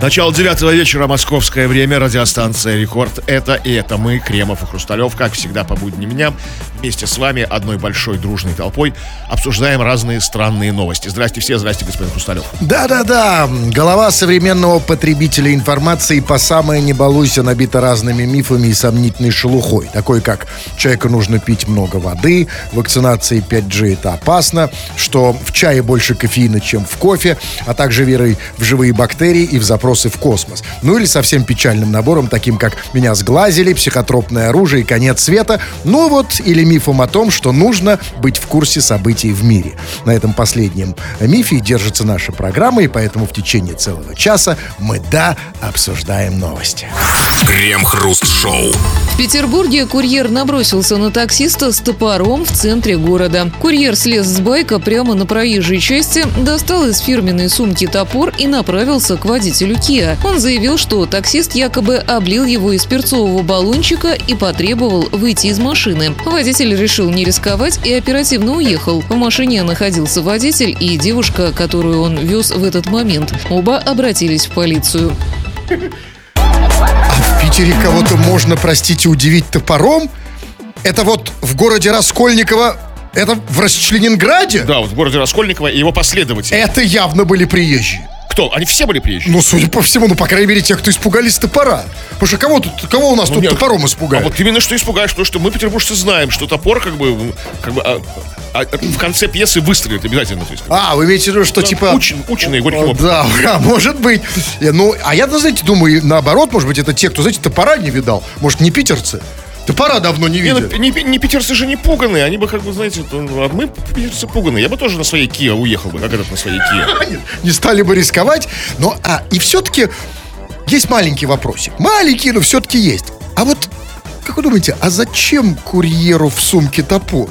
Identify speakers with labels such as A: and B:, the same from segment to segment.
A: Начало девятого вечера, московское время, радиостанция «Рекорд». Это и это мы, Кремов и Хрусталев, как всегда по будним дням, вместе с вами, одной большой дружной толпой, обсуждаем разные странные новости. Здрасте все, здрасте, господин Хрусталев.
B: Да-да-да, голова современного потребителя информации по самое не балуйся набита разными мифами и сомнительной шелухой. Такой как человеку нужно пить много воды, вакцинации 5G это опасно, что в чае больше кофеина, чем в кофе, а также верой в живые бактерии и в запросы в космос. Ну или совсем печальным набором, таким как «Меня сглазили», «Психотропное оружие» и «Конец света». Ну вот, или мифом о том, что нужно быть в курсе событий в мире. На этом последнем мифе и держится наша программа, и поэтому в течение целого часа мы, да, обсуждаем новости.
C: Крем-хруст-шоу.
D: В Петербурге курьер набросился на таксиста с топором в центре города. Курьер слез с байка прямо на проезжей части, достал из фирменной сумки топор и направился к водителю Киа. Он заявил, что таксист якобы облил его из перцового баллончика и потребовал выйти из машины. Водитель решил не рисковать и оперативно уехал. В машине находился водитель и девушка, которую он вез в этот момент. Оба обратились в полицию.
B: А В Питере кого-то можно, простите, удивить топором? Это вот в городе Раскольниково, это в Расчленинграде?
A: Да, вот в городе Раскольниково и его последователи.
B: Это явно были приезжие.
A: Кто? Они все были приезжие?
B: Ну, судя по всему, ну, по крайней мере, те, кто испугались топора. Потому что кого, тут, кого у нас тут
A: нет.
B: топором
A: А
B: испугали?
A: вот именно что испугаешь, то, что мы, петербуржцы, знаем, что топор как бы, как бы а, а, а, в конце пьесы выстрелит обязательно. То есть,
B: А, вы имеете в виду, что типа...
A: уч- ученые горьким
B: О,
A: опытом.
B: Да, да, может быть. Э, Ну, а я, знаете, думаю, и наоборот, может быть, это те, кто, знаете, топора не видал. Может, не питерцы? Топора давно не
A: Не, ну,
B: видели.
A: не, не петерцы же не пуганые, они бы как бы, знаете, то, а мы петерцы пуганые. Я бы тоже на своей Kia уехал бы, как этот на своей Kia.
B: Не, не стали бы рисковать. Но, а, и все-таки есть маленький вопросик. Маленький, но все-таки есть. А вот, как вы думаете, а зачем курьеру в сумке топор?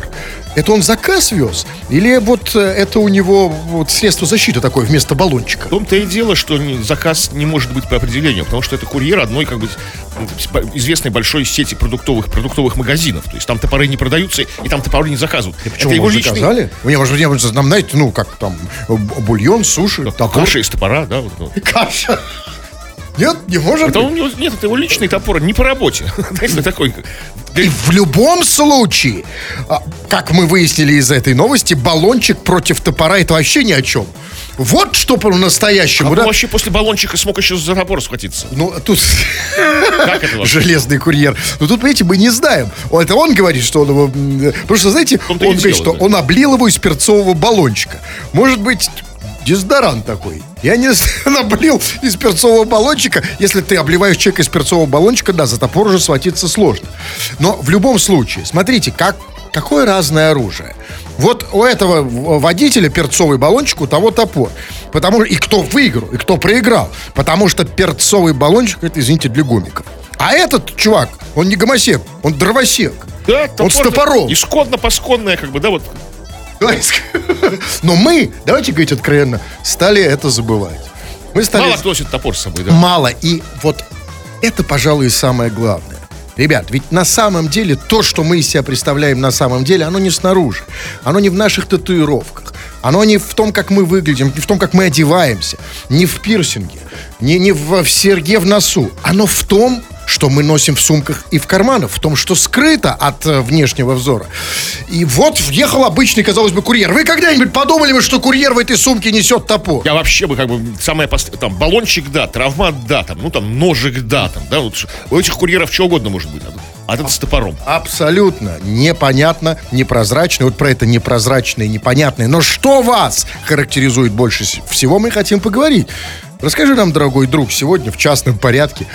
B: Это он заказ вез? Или вот э, это у него вот средство защиты такое вместо баллончика?
A: В том-то и дело, что не- заказ не может быть по определению, потому что это курьер одной, как бы, с- бо- известной большой сети продуктовых, продуктовых магазинов. То есть там топоры не продаются, и там топоры не заказывают.
B: Почему
A: это его
B: может,
A: личный...
B: заказали? Мне, может, мне, может, нам, знаете, ну, как там, э, б- бульон, суши, топор.
A: Каша из топора, да? вот, вот.
B: Каша. Нет, не может
A: Это у
B: быть.
A: него, нет, это его личный топор, не по работе. Знаете, такой.
B: И в любом случае, а, как мы выяснили из этой новости, баллончик против топора это вообще ни о чем. Вот что
A: А
B: по-настоящему,
A: он
B: да?
A: вообще после баллончика смог еще за топор схватиться.
B: Ну, тут
A: Как это вообще?
B: железный курьер. Но тут, понимаете, мы не знаем. Это он говорит, что он его... м, э, Потому что, знаете, он
A: том-то и
B: говорит,
A: дело,
B: что
A: да.
B: он облил его из перцового баллончика. Может быть, дезодорант такой. Я не знаю, облил из перцового баллончика. Если ты обливаешь человека из перцового баллончика, да, за топор уже схватиться сложно. Но в любом случае, смотрите, как, какое разное оружие. Вот у этого в- водителя перцовый баллончик, у того топор. Потому и кто выиграл, и кто проиграл. Потому что перцовый баллончик, это, извините, для гомиков. А этот чувак, он не гомосек, он дровосек.
A: Да,
B: он с
A: топор-то
B: топором.
A: Исконно-посконное, как бы, да, вот.
B: Но мы, давайте говорить откровенно, стали это забывать. Мы стали...
A: Мало кто носит топор с собой, да.
B: Мало. И вот это, пожалуй, самое главное. Ребят, ведь на самом деле то, что мы из себя представляем на самом деле, оно не снаружи. Оно не в наших татуировках. Оно не в том, как мы выглядим, не в том, как мы одеваемся, не в пирсинге, не, не в, в серьге в носу. Оно в том, что мы носим в сумках и в карманах, в том, что скрыто от э, внешнего взора. И вот въехал обычный, казалось бы, курьер. Вы когда-нибудь подумали бы, что курьер в этой сумке несет топор?
A: Я вообще бы как бы самое пост- там баллончик да, травмат да, там ну там ножик да, там да, вот ш- у этих курьеров что угодно может быть, а этот с топором.
B: Абсолютно непонятно, непрозрачно. Вот про это непрозрачное, непонятное. Но что вас характеризует больше с- всего, мы хотим поговорить. Расскажи нам, дорогой друг, сегодня в частном порядке,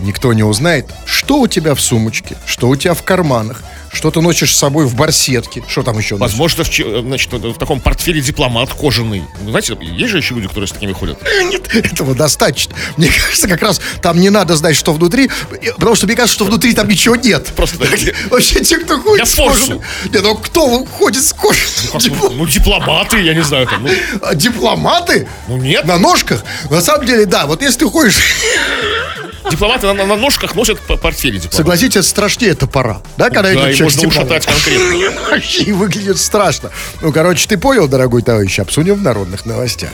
B: никто не узнает, что у тебя в сумочке, что у тебя в карманах, что ты носишь с собой в барсетке, что там еще носишь?
A: Возможно, в, че- значит, в таком портфеле дипломат кожаный. Ну, знаете, есть же еще люди, которые с такими ходят.
B: Нет, этого достаточно. Мне кажется, как раз там не надо знать, что внутри, и- потому что мне кажется, что внутри там ничего нет.
A: Просто так.
B: Вообще те, кто
A: Я
B: ходит с
A: форсу.
B: кожаным... Нет, ну кто ходит с
A: Ну,
B: кожаным?
A: Ну, дипломаты, я не знаю, там, ну,
B: А Дипломаты?
A: Ну, нет.
B: На ножках? На самом деле, да. Вот если ты ходишь
A: Дипломаты на, на- на ножках носят п- портфели дипломатов.
B: Согласитесь, страшнее топора. Да, когда
A: Да,
B: идет
A: и
B: человек с
A: можно
B: топором?
A: ушатать конкретно.
B: И выглядит страшно. Ну, короче, ты понял, дорогой товарищ, обсудим в народных новостях.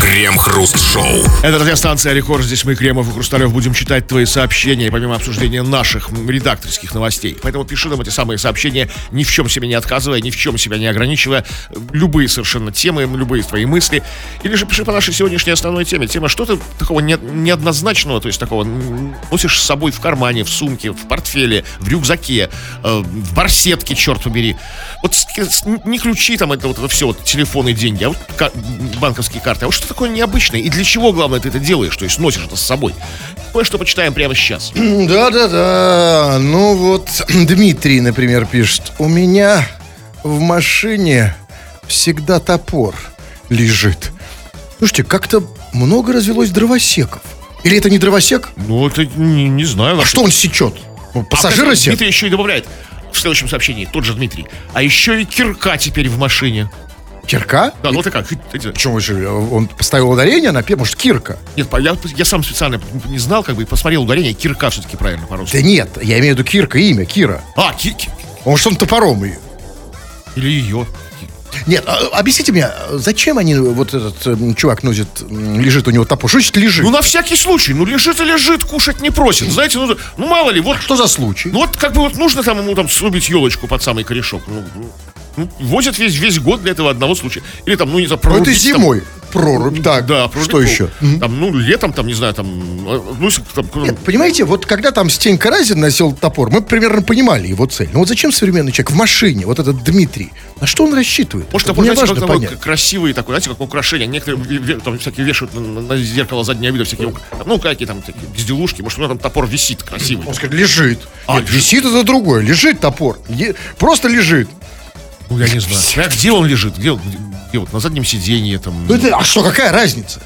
C: Крем-хруст-шоу.
A: Это радиостанция «Рекорд». Здесь мы, Кремов и Хрусталев, будем читать твои сообщения, помимо обсуждения наших м, редакторских новостей. Поэтому пиши нам эти самые сообщения, ни в чем себе не отказывая, ни в чем себя не ограничивая. Любые совершенно темы, м, любые твои мысли. Или же пиши по нашей сегодняшней основной теме. Тема что-то такого не- неоднозначного, Ну, то есть такого м, носишь с собой в кармане, в сумке, в портфеле, в рюкзаке, э, в барсетке, черт побери. Вот с- с- не ключи там это вот это все, вот телефоны, деньги, а вот ка- банковские карты. А вот что такое необычное? И для чего, главное, ты это делаешь? То есть носишь это с собой. Кое-что почитаем прямо сейчас.
B: Хм, Да-да-да. Ну вот, Дмитрий, например, пишет. У меня в машине всегда топор лежит. Слушайте, как-то много развелось дровосеков. Или это не дровосек?
A: Ну, это не, не знаю.
B: А что Ну, он сечет? А Он Пассажира сек?
A: а Дмитрий еще и добавляет в следующем сообщении, тот же Дмитрий. А еще и кирка теперь в машине.
B: Кирка?
A: Да, ну ты как? ты- ты-
B: Почему же? э, Он поставил ударение на пе, может, кирка?
A: Нет, я, я сам специально не знал, как бы, и посмотрел ударение. Кирка все-таки правильно
B: Да
A: по-русски.
B: нет, я имею в виду кирка, имя, Кира.
A: А, ки- ки-
B: Он что, он топором ее?
A: Или ее.
B: Нет, а, объясните мне, зачем они, э, вот этот м, чувак носит, м, лежит у него топор? Что значит лежит?
A: Ну, на всякий случай. Ну, лежит и лежит, кушать не просит. Знаете, ну, ну, мало ли, вот...
B: Что за случай?
A: Ну, вот как бы вот нужно там ему там срубить елочку под самый корешок. Ну, ну, ну, возят весь, весь год для этого одного случая. Или там, ну, не знаю,
B: Ну,
A: прорубить
B: это
A: там-
B: зимой. Прорубь, так.
A: да, прорубить
B: Что
A: пол.
B: еще?
A: Там, ну, летом, там, не знаю, там... э, Ну, если там...
B: Нет, понимаете, вот когда там Стенька Разин носил топор, мы примерно понимали его цель. Но вот зачем современный человек в машине, вот этот Дмитрий, на что он рассчитывает?
A: Может,
B: Вот
A: топор,
B: мне
A: знаете,
B: важно
A: как такой
B: понять.
A: красивый такой, знаете, как украшение. Некоторые ве- ве- там всякие вешают на, на- на зеркало заднего вида всякие, ук- ну, какие там такие безделушки. Может, у него там топор висит красивый.
B: Он скажет, лежит.
A: А,
B: Нет, висит это другое. Лежит топор. Е- Просто лежит.
A: Ну, я не знаю. А где он лежит? Где, он- где вот? На заднем сиденье там.
B: Ну, это- а что, какая разница?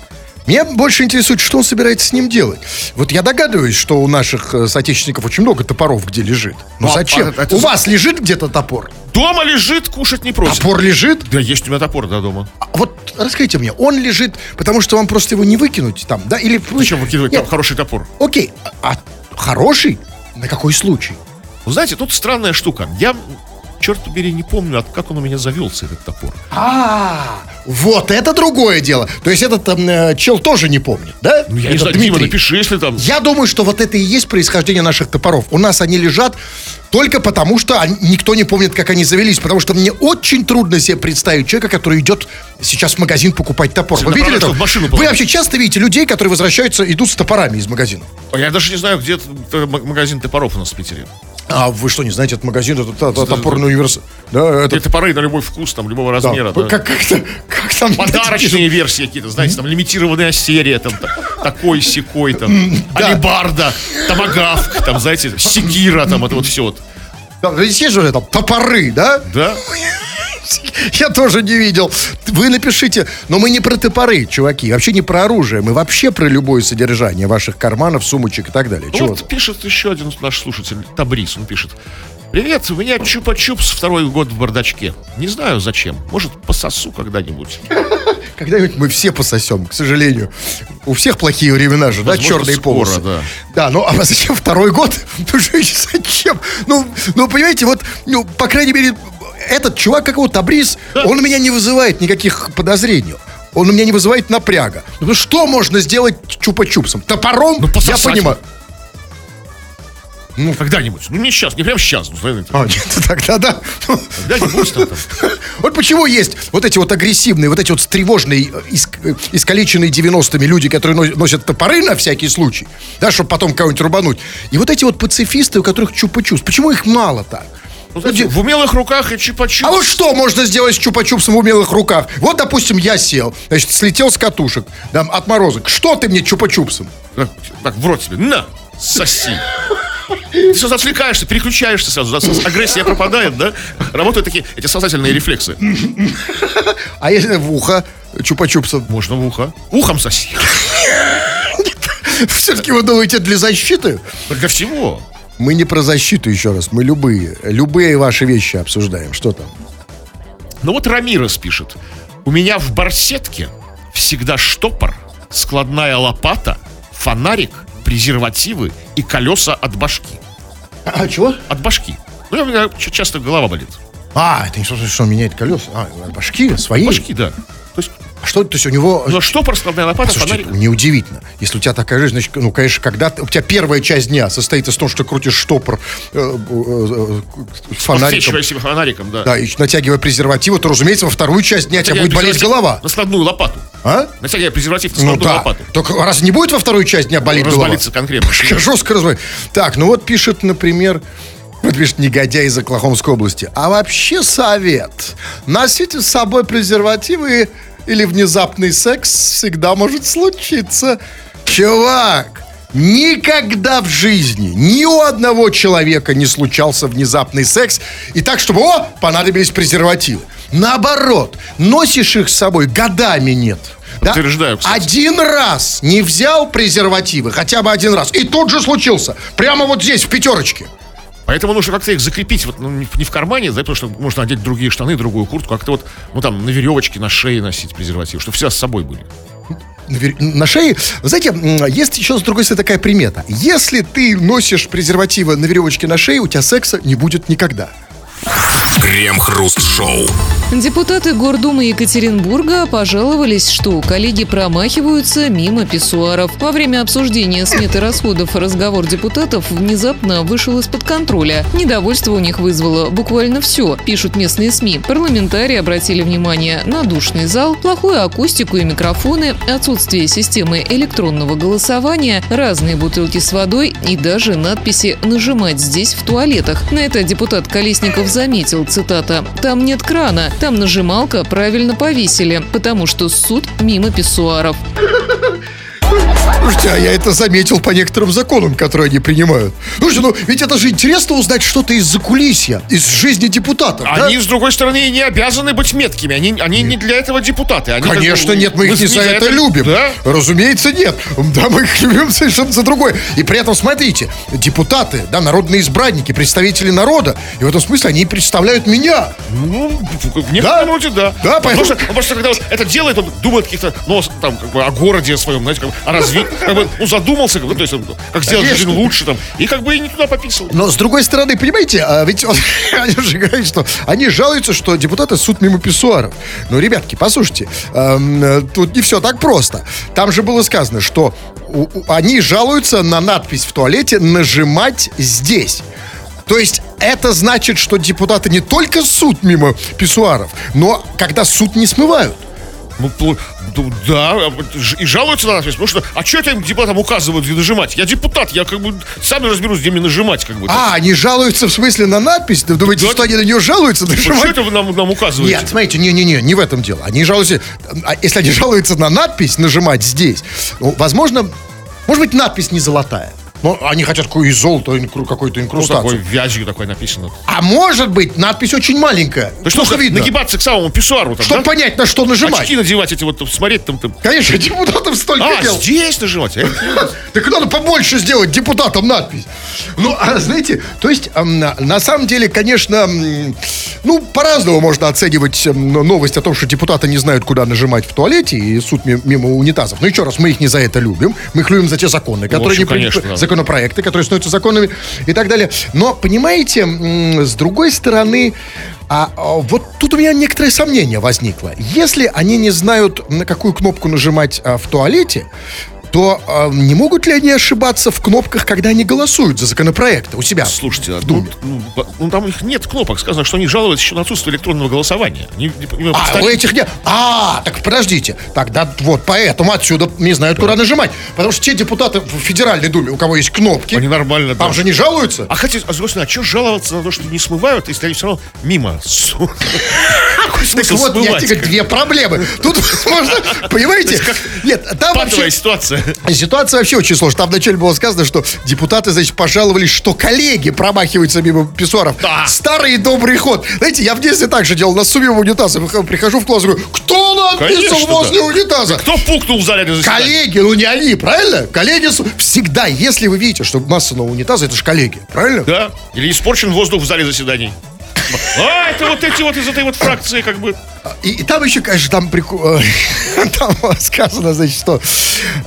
B: Меня больше интересует, что он собирается с ним делать. Вот я догадываюсь, что у наших э, соотечественников очень много топоров, где лежит. Но
A: Ну, а-
B: зачем?
A: а это-
B: У вас лежит где-то топор?
A: Дома лежит, кушать не просит.
B: Топор лежит?
A: Да, есть у меня топор до дома.
B: А Вот расскажите мне, он лежит, потому что вам просто его не выкинуть там, да? Или вы-
A: Зачем выкидывать
B: Нет,
A: там хороший топор?
B: Окей, а а хороший? На какой случай?
A: Ну, знаете, тут странная штука. Я, черт побери, не помню, от как он у меня завелся, этот топор.
B: А, вот это другое дело. То есть этот там, э, чел тоже не помнит, да?
A: Ну, я не
B: Этот
A: знаю, Дима,
B: Дмитрий.
A: напиши, если там...
B: Я думаю, что вот это и есть происхождение наших топоров. У нас они лежат только потому, что они- никто не помнит, как они завелись. Потому что мне очень трудно себе представить человека, который идет сейчас в магазин покупать топор. Вы
A: Направо,
B: видели
A: чтобы
B: это?
A: в машину
B: Вы
A: положить.
B: вообще часто видите людей, которые возвращаются, идут с топорами из магазина?
A: А Я даже не знаю, где т- м- магазин топоров у нас в Питере.
B: А вы что, не знаете, этот магазин, это, та- та- топорный университет? Да,
A: Где
B: это...
A: топоры на любой вкус, там, любого
B: да.
A: размера. да.
B: Как, как, там- как там?
A: Подарочные версии какие-то, знаете, там лимитированная серия, там та- такой секой, там, алибарда, томагавк, там, знаете, секира, там, это вот все вот.
B: Да, вы все же там топоры, да?
A: Да?
B: Я тоже не видел. Вы напишите. Но мы не про топоры, чуваки. Вообще не про оружие. Мы вообще про любое содержание ваших карманов, сумочек и так далее.
A: Ну
B: Чего
A: вот пишет еще один наш слушатель, Табрис, он пишет. Привет, у меня чупа-чупс второй год в бардачке. Не знаю зачем. Может, пососу когда-нибудь.
B: Когда-нибудь мы все пососем, к сожалению. У всех плохие времена же, да,
A: Возможно,
B: черные
A: скоро,
B: полосы.
A: да.
B: Да, ну а зачем второй год? Ну что еще зачем? Ну, ну, понимаете, вот, ну, по крайней мере, этот чувак, как его Табрис, он у меня не вызывает никаких подозрений. Он у меня не вызывает напряга. Ну что можно сделать чупа-чупсом? Топором? я
A: пососать.
B: понимаю.
A: Ну, когда-нибудь. Ну, не сейчас, не прям сейчас. Ну, знаете,
B: А, нет, тогда да. Ну,
A: когда-нибудь там, там.
B: Вот почему есть вот эти вот агрессивные, вот эти вот тревожные, э, иск- э, искалеченные 90-ми люди, которые но- носят топоры на всякий случай, да, чтобы потом кого-нибудь рубануть. И вот эти вот пацифисты, у которых чупа-чупс. Почему их мало так?
A: Ну, знаете, в умелых руках и чупа-чупс.
B: А вот что можно сделать с чупа-чупсом в умелых руках? Вот, допустим, я сел, значит, слетел с катушек, там, отморозок. Что ты мне чупа-чупсом?
A: Так, так, в рот тебе. На, соси. Ты сразу отвлекаешься, переключаешься сразу. да, Агрессия пропадает, да? Работают такие эти сознательные рефлексы.
B: А если в ухо чупа-чупсом?
A: Можно в ухо. Ухом соси.
B: Все-таки вы думаете, для защиты?
A: Для всего.
B: Мы не про защиту, еще раз. Мы любые, любые ваши вещи обсуждаем. Что там?
A: Ну вот Рамирес пишет. У меня в барсетке всегда штопор, складная лопата, фонарик презервативы и колеса от башки.
B: А чего?
A: От башки. Ну, у меня ч- часто голова болит.
B: А, это не что, что меняет колеса. А, башки свои.
A: Башки, да. То есть,
B: А что, то есть у него...
A: но что проставная лопата,
B: Слушайте,
A: фонарик?
B: неудивительно. Если у тебя такая жизнь, значит, ну, конечно, когда ты- у тебя первая часть дня состоит из того, что ты крутишь штопор э, э, э, к- фонариком,
A: Подсвечивая себе фонариком, да.
B: да, и натягивая презервативы, то, разумеется, во вторую часть дня тебя
A: Натягивая
B: будет болеть
A: презерватив
B: голова.
A: На складную лопату.
B: А?
A: Натягивая презерватив на
B: Ну
A: складную
B: да.
A: лопату.
B: Только а раз не будет во вторую часть дня болеть голова.
A: Разболится конкретно.
B: Жестко разболит. Так, ну вот пишет, например, вот пишет негодяй из Оклахомской области. А вообще совет. Носите с собой презервативы или внезапный секс всегда может случиться. Чувак, никогда в жизни ни у одного человека не случался внезапный секс. И так, чтобы, о, понадобились презервативы. Наоборот, носишь их с собой, годами нет. Да? А
A: Подтверждаю, кстати.
B: Один раз не взял презервативы, хотя бы один раз. И тут же случился. Прямо вот здесь, в пятерочке.
A: Поэтому нужно как-то их закрепить, вот ну, не в не в кармане, да, потому что можно одеть другие штаны, другую куртку, как-то вот, ну там, на веревочке, на шее носить презерватив, чтобы все с собой были.
B: На вер- На шее. Вы знаете, м, есть еще с другой стороны такая примета. Если ты носишь презервативы на веревочке на шее, у тебя секса не будет никогда.
C: Крем-хруст-шоу.
D: Депутаты Гордумы Екатеринбурга пожаловались, что коллеги промахиваются мимо писсуаров. Во время обсуждения сметы расходов разговор депутатов внезапно вышел из-под контроля. Недовольство у них вызвало буквально все, пишут местные СМИ. Парламентарии обратили внимание на душный зал, плохую акустику и микрофоны, отсутствие системы электронного голосования, разные бутылки с водой и даже надписи «нажимать здесь в туалетах». На это депутат Колесников заметил, цитата, «Там нет крана, там нажималка правильно повесили, потому что суд мимо писсуаров».
B: Слушайте, а я это заметил по некоторым законам, которые они принимают. Слушайте, ну ведь это же интересно узнать что-то из-за кулисья, из жизни депутатов. да?
A: Они, с другой стороны, и не обязаны быть меткими. Они, они не для этого депутаты. Они как бы-
B: Конечно, нет, мы их не за это любим.
A: Да?
B: Разумеется, нет. Да, мы их любим совершенно за другое. И при этом, смотрите, депутаты, да, народные избранники, представители народа, и в этом смысле они представляют меня.
A: Ну, в некотором
B: Да.
A: роде, да.
B: Да, поэтому-
A: потому, что, потому что когда вот это делает, он думает каких-то, ну, там, как бы о городе своем, знаете, как бы, о развитии. Как бы, ну, задумался, как, бы, то есть, он как сделать
B: Конечно.
A: жизнь лучше, там, и как бы и не туда пописал.
B: Но, с другой стороны, понимаете, а ведь он- они же говорят, что они жалуются, что депутаты суд мимо писсуаров. Ну, ребятки, послушайте, эм, э, тут не все так просто. Там же было сказано, что у- у- они жалуются на надпись в туалете «нажимать здесь». То есть это значит, что депутаты не только суд мимо писсуаров, но когда суд не смывают.
A: Ну, пл- ну, да, а вот ж- и жалуются на нас, потому что, а что это им депутатам указывают, где нажимать? Я депутат, я как бы сам разберусь, где мне нажимать, как бы.
B: А, они жалуются в смысле на надпись? Вы думаете,
A: Да.
B: что они на нее жалуются?
A: Типа, что
B: Нажимать
A: это вы нам, нам указываете?
B: Нет, смотрите, не-не-не, не в этом дело. Они жалуются, а если они жалуются на надпись, нажимать здесь, ну, возможно, может быть, надпись не золотая. Но они хотят какую из золота, инкру- какую-то
A: Ну, такой
B: инкрустацию.
A: вязью такой написано.
B: А может быть, надпись очень маленькая.
A: То есть нужно нагибаться к самому писсуару там,
B: Чтобы
A: да?
B: понять, на что нажимать.
A: Очки надевать эти вот, там, смотреть там, там.
B: Конечно, депутатам столько
A: А,
B: дел.
A: здесь нажимать. э?
B: Так надо побольше сделать депутатам надпись. Ну, а знаете, то есть, эм, на на самом деле, конечно, м, ну, по-разному можно оценивать эм, но- новость о том, что депутаты не знают, куда нажимать в туалете, и суд ми- мимо унитазов. Но еще раз, мы их не за это любим. Мы их любим за те законы, которые
A: Ну, общем,
B: не при-
A: конечно, да.
B: законопроекты, которые становятся законами и так далее. Но, понимаете, м, с другой стороны, а, а, вот тут у меня некоторое сомнение возникло. Если они не знают, на какую кнопку нажимать а, в туалете, то а, не могут ли они ошибаться в кнопках, когда они голосуют за законопроекты у себя?
A: Слушайте, а ну, ну, б- ну, там у них нет кнопок. Сказано, что они жалуются еще на отсутствие электронного голосования. Они, не по- не
B: А,
A: представляют.
B: у этих нет. А, так подождите. Тогда вот поэтому отсюда не знают, куда нажимать. Потому что те депутаты в Федеральной Думе, у кого есть кнопки,
A: Они нормально,
B: там
A: да.
B: же не жалуются.
A: А хотя, а, с другой стороны, а что жаловаться на то, что не смывают, если они все равно мимо? Су- Какой
B: Так
A: смысл
B: вот, я
A: смывать,
B: тебе говорю,
A: как бы?
B: две проблемы. Тут, возможно, понимаете? Нет, там вообще...
A: Патовая ситуация.
B: Ситуация вообще очень сложная. Там вначале было сказано, что депутаты, значит, пожаловались, что коллеги промахиваются мимо писсуаров.
A: Да.
B: Старый добрый ход. Знаете, я в детстве так же делал, на сумме унитаза. Прихожу в класс, говорю, кто написал
A: Конечно,
B: возле
A: да.
B: унитаза?
A: Кто пукнул в зале на заседании?
B: Коллеги, ну не они, правильно? Коллеги с- всегда, если вы видите, что масса на унитаза, это же коллеги, правильно?
A: Да. Или испорчен воздух в зале заседаний. А, это вот эти вот из этой вот фракции, как бы.
B: И, и там еще, конечно, там, прику- э, там сказано, значит, что,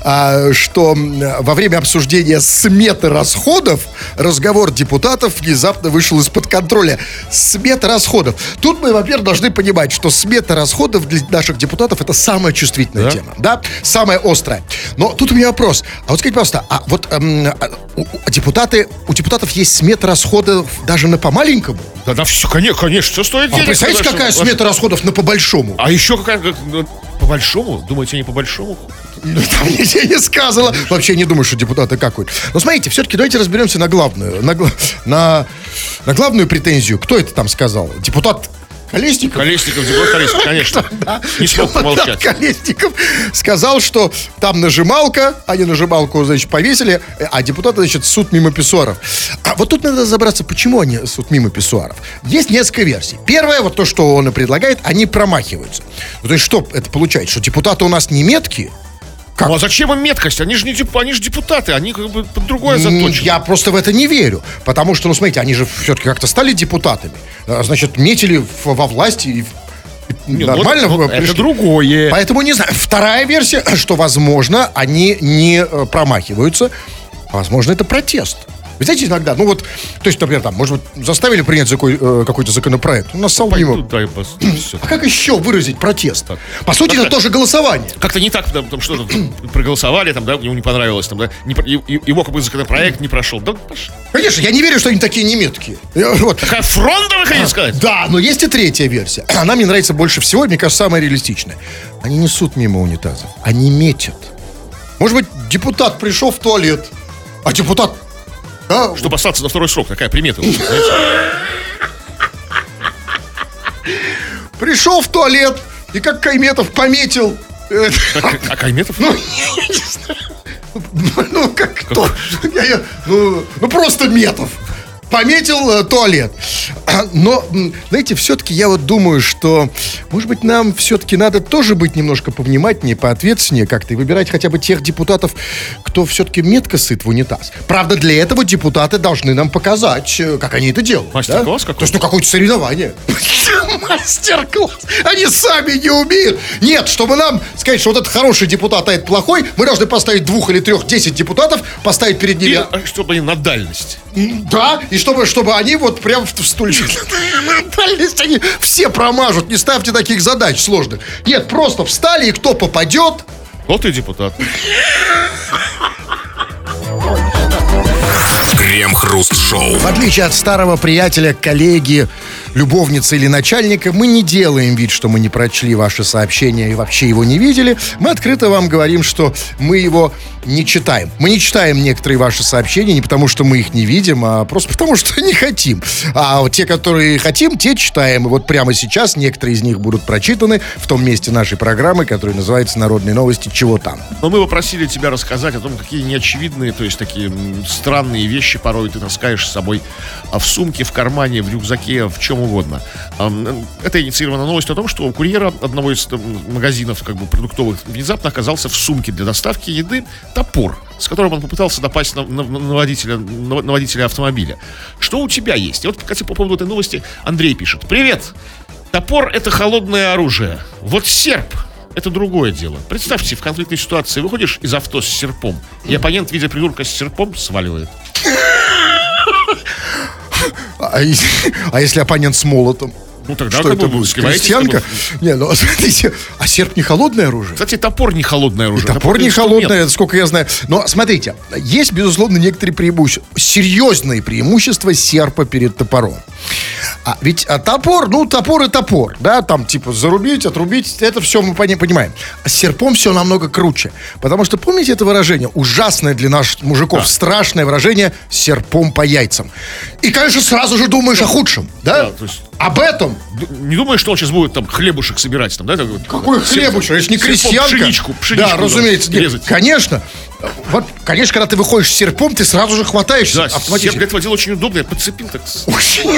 B: а, что м, во время обсуждения сметы расходов разговор депутатов внезапно вышел из-под контроля. Смета расходов. Тут мы, во-первых, должны понимать, что смета расходов для наших депутатов это самая чувствительная
A: Да?
B: тема, да, самая острая. Но тут у меня вопрос. А вот скажите, пожалуйста, а вот эм, а, у- у- депутаты, у депутатов есть смета расходов даже на по-маленькому?
A: Да, да, все, конечно, конечно, все стоит
B: А
A: денег.
B: представляете,
A: конечно.
B: какая смета расходов на по-большому?
A: А еще какая... ну, По-большому? Думаете, не по-большому?
B: Ну, Там нигде не сказано. Вообще не думаю, что депутаты какают. Но смотрите, все-таки давайте разберемся на главную. На, гла- на, на главную претензию. Кто это там сказал? Депутат Колесников?
A: Колесников, Дебор Колесников, конечно. Не смог
B: Депутат
A: помолчать.
B: Колесников сказал, что там нажималка, они нажималку, значит, повесили, а депутаты, значит, суд мимо писсуаров. А вот тут надо разобраться, почему они суд мимо писсуаров. Есть несколько версий. Первое, вот то, что он и предлагает, они промахиваются. Ну, то есть что это получается? Что депутаты у нас не меткие? Как?
A: Ну а зачем им меткость? Они же не, деп- они же депутаты, они как бы под другое
B: М,
A: Э, заточены.
B: Я просто в это не верю. Потому что, ну, смотрите, они же все-таки как-то стали депутатами. А, Значит, метили в- во власти и в- и
A: Не, ну,
B: нормально
A: ну,
B: в- э,
A: это
B: пришли.
A: другое.
B: Поэтому не знаю. Вторая версия, что, возможно, они не э, промахиваются. Возможно, это протест. Вы знаете, иногда, ну вот, то есть, например, там, может быть, заставили принять закой- э, какой-то законопроект. У нас стал
A: Пойду,
B: мимо.
A: да, и пос- всё.
B: А как еще выразить протест? По сути, это тоже голосование.
A: Как-то не так, да, потому что там проголосовали, там, да, ему не понравилось, там, да, не про- и- и- его как бы законопроект не прошел. Да, пош-
B: Конечно, я не верю, что они такие неметкие. Я- Вот.
A: такая фронта, вы хотите сказать?
B: А, Да, но есть и третья версия. Она мне нравится больше всего, и, мне кажется, самая реалистичная. Они несут мимо унитаза, они метят. Может быть, депутат пришел в туалет, а депутат... а, да,
A: Чтобы остаться на второй срок, такая примета. Знаете,
B: Пришел в туалет, и как Кайметов пометил... э,
A: как- А Кайметов?
B: Ну, я не знаю. Ну, как кто? Я- я- ну, ну, просто метов. Пометил э, туалет. А, Но, м, знаете, все-таки я вот думаю, что, может быть, нам все-таки надо тоже быть немножко повнимательнее, поответственнее как-то и выбирать хотя бы тех депутатов, кто все-таки метко сыт в унитаз. Правда, для этого депутаты должны нам показать, э, как они это делают. да?
A: Мастер-класс какой-то?
B: То есть, ну, какое-то соревнование. Мастер-класс. Они сами не умеют. Нет, чтобы нам сказать, что вот этот хороший депутат, а этот плохой, мы должны поставить двух или трех, десять депутатов, поставить перед
A: И,
B: ними...
A: а, чтобы они на дальность.
B: М, Да, и чтобы, чтобы они вот прям в, в стульчик... Дальность они все промажут. Не ставьте таких задач сложных. Нет, просто встали, и кто попадет...
A: Вот и депутат.
C: Крем-хруст-шоу.
B: В отличие от старого приятеля, коллеги, любовницы или начальника, мы не делаем вид, что мы не прочли ваше сообщение и вообще его не видели. Мы открыто вам говорим, что мы его не читаем. Мы не читаем некоторые ваши сообщения не потому, что мы их не видим, а просто потому, что не хотим. А вот те, которые хотим, те читаем. И вот прямо сейчас некоторые из них будут прочитаны в том месте нашей программы, которая называется «Народные новости. Чего там?».
A: Но мы попросили тебя рассказать о том, какие неочевидные, то есть такие м, странные вещи порой ты таскаешь с собой а, в сумке, в кармане, в рюкзаке, в чем угодно. Ам, м, Это инициирована новость о том, что у курьера одного из там, магазинов как бы продуктовых внезапно оказался в сумке для доставки еды топор, с которым он попытался напасть на, на- на водителя, на- на водителя автомобиля. Что у тебя есть? И вот, кстати, по поводу этой новости Андрей пишет. Привет! Топор — это холодное оружие. Вот серп это другое дело. Представьте, в конфликтной ситуации выходишь из авто с серпом, и оппонент, видя придурка с серпом, сваливает.
B: А, е- а если оппонент с молотом?
A: Ну, тогда
B: что
A: как
B: это
A: бы
B: будет?
A: сгибаетесь,
B: Крестьянка?
A: как
B: Не, ну смотрите, а серп не холодное оружие?
A: Кстати, топор не холодное оружие.
B: Топор не
A: инструмент.
B: холодное, это сколько я знаю. Но смотрите, есть, безусловно, некоторые преимущества. Серьезные преимущества серпа перед топором. А ведь а, топор, ну, топор и топор, да, там, типа, зарубить, отрубить, это все мы пони- понимаем. А с серпом все намного круче. Потому что, помните это выражение, ужасное для наших мужиков, страшное выражение «серпом по яйцам». И, конечно, сразу же думаешь о худшем, да?
A: Да, то есть-
B: Об этом
A: Д- Не думаешь, что он сейчас будет там хлебушек собирать? Там, да? так вот?
B: Какой
A: Серп-
B: хлебушек? Это ж не
A: серпом
B: крестьянка.
A: Пшеничку, пшеничку.
B: Да,
A: там
B: разумеется. нет,
A: Резать.
B: Конечно. Вот, конечно, когда ты выходишь с серпом, ты сразу же хватаешься
A: Да, серп
B: автоматически.
A: для этого дела очень удобно. Я подцепил так. с-
B: Очень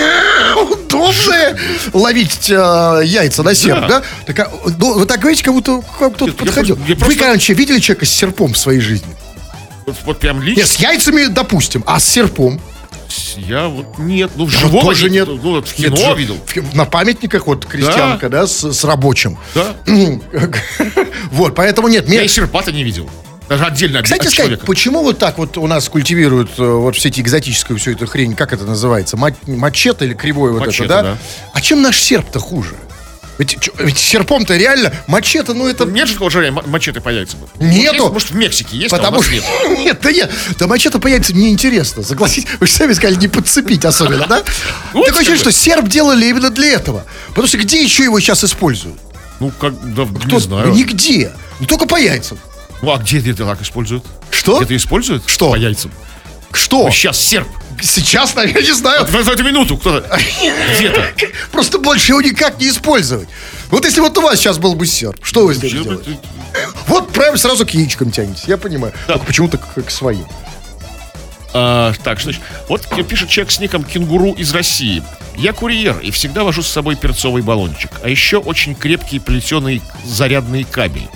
B: удобно ловить э, яйца на серп,
A: Да.
B: да? Так, а, ну, вы так говорите, как будто как кто-то
A: я
B: подходил.
A: просто- я
B: Вы,
A: просто-
B: короче, видели человека с серпом в своей жизни?
A: Вот, вот прям
B: Нет, с
A: лично.
B: яйцами, допустим, а с серпом.
A: С- Я вот нет, ну в
B: Да
A: живом
B: тоже
A: не-
B: нет.
A: Ну вот в
B: Нет,
A: кино
B: же,
A: видел.
B: в- На памятниках вот крестьянка, да, с, с рабочим.
A: Да.
B: Вот, поэтому нет.
A: Я и
B: мне-
A: серпата не видел. Даже отдельно от-
B: Кстати
A: от
B: сказать,
A: человека.
B: почему вот так вот у нас культивируют э, вот все эти экзотическую всю эту хрень, как это называется, Мат- мачете или кривое вот
A: Мачете,
B: это, да?
A: да.
B: А чем наш серп-то хуже? Ведь, чё- ведь серпом-то реально мачете, ну это...
A: Нет же такого же м- мачете появится.
B: Нету.
A: Есть, может, в Мексике есть, а у
B: Потому
A: нас
B: что...
A: нет.
B: Нет, да нет. Да мачете появится неинтересно, согласитесь. Вы же сами сказали, не подцепить особенно, да?
A: Вот
B: Такое ощущение,
A: что
B: что серп делали именно для этого. Потому что где еще его сейчас используют?
A: Ну, как, да,
B: Кто-
A: не знаю.
B: Нигде. Ну, только по яйцам.
A: Ну, а где это так используют?
B: Что?
A: Где-то используют?
B: Что?
A: По яйцам.
B: Что?
A: Сейчас серп.
B: Сейчас, наверное, не знаю.
A: В, в эту минуту кто-то где-то.
B: Просто больше его никак не использовать. Вот если вот у вас сейчас был бы серп, что вы здесь делаете? Вот прям сразу к яичкам тянетесь, я понимаю. Только почему-то к, к своим.
A: А, так, значит, вот пишет человек с ником «Кенгуру из России». Я курьер и всегда вожу с собой перцовый баллончик. А еще очень крепкий плетеный зарядный кабель.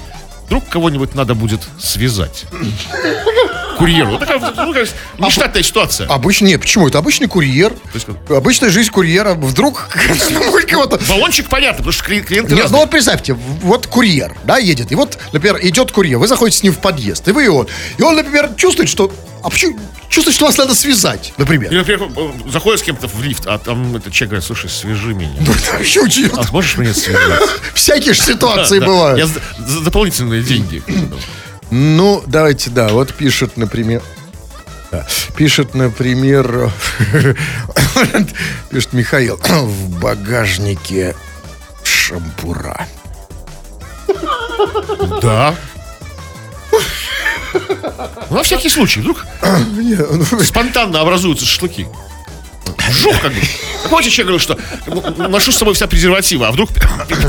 A: Вдруг кого-нибудь надо будет связать. Курьеру. Вот такая вот, ну, как
B: А
A: нештатная ситуация.
B: Обычно, нет, почему? Это обычный курьер.
A: есть как?
B: Обычная жизнь курьера. Вдруг кого-то...
A: Баллончик понятно, потому что кли- клиенты
B: Нет, ну
A: разные.
B: вот представьте, вот курьер, да, едет. И вот, например, идет курьер, вы заходите с ним в подъезд, и вы его. И он, например, чувствует, что... А почему- чувствует, что вас надо связать, например.
A: Или, например, э, заходит с кем-то в лифт, а там этот человек говорит, слушай, свяжи меня.
B: Ну, это вообще очень-
A: А сможешь меня связать?
B: Всякие же ситуации
A: Да, да.
B: бывают.
A: Я за- за дополнительные деньги.
B: Ну, давайте, да, вот пишет, например... да, Пишет, например, пишет Михаил, в багажнике шампура.
A: Да. Ну, на всякий случай, вдруг
B: Не, ну,
A: спонтанно образуются шашлыки. Жух как бы. Помните, человек говорил, что ну, ношу с собой вся презерватива, а вдруг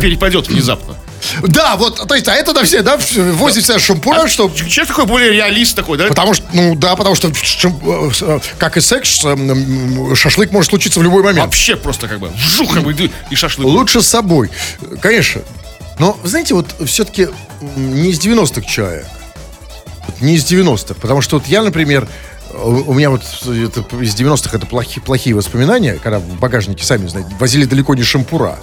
A: перепадет внезапно.
B: Да, вот, то есть, а это на все, да, возит себя шампура, А что...
A: Человек такой более реалист такой, да?
B: Потому что, ну да, потому что, шам- э, с- э, как и секс, э, м, шашлык может случиться в любой момент.
A: Вообще просто как бы вжух как бы и- и шашлык.
B: Лучше с собой, конечно. Но, знаете, вот все-таки не из 90-х человек. Вот Не из 90-х. Потому что вот я, например, э, у меня вот это из 90-х это плохи- плохие воспоминания, когда в багажнике, сами знаете, возили далеко не шампура.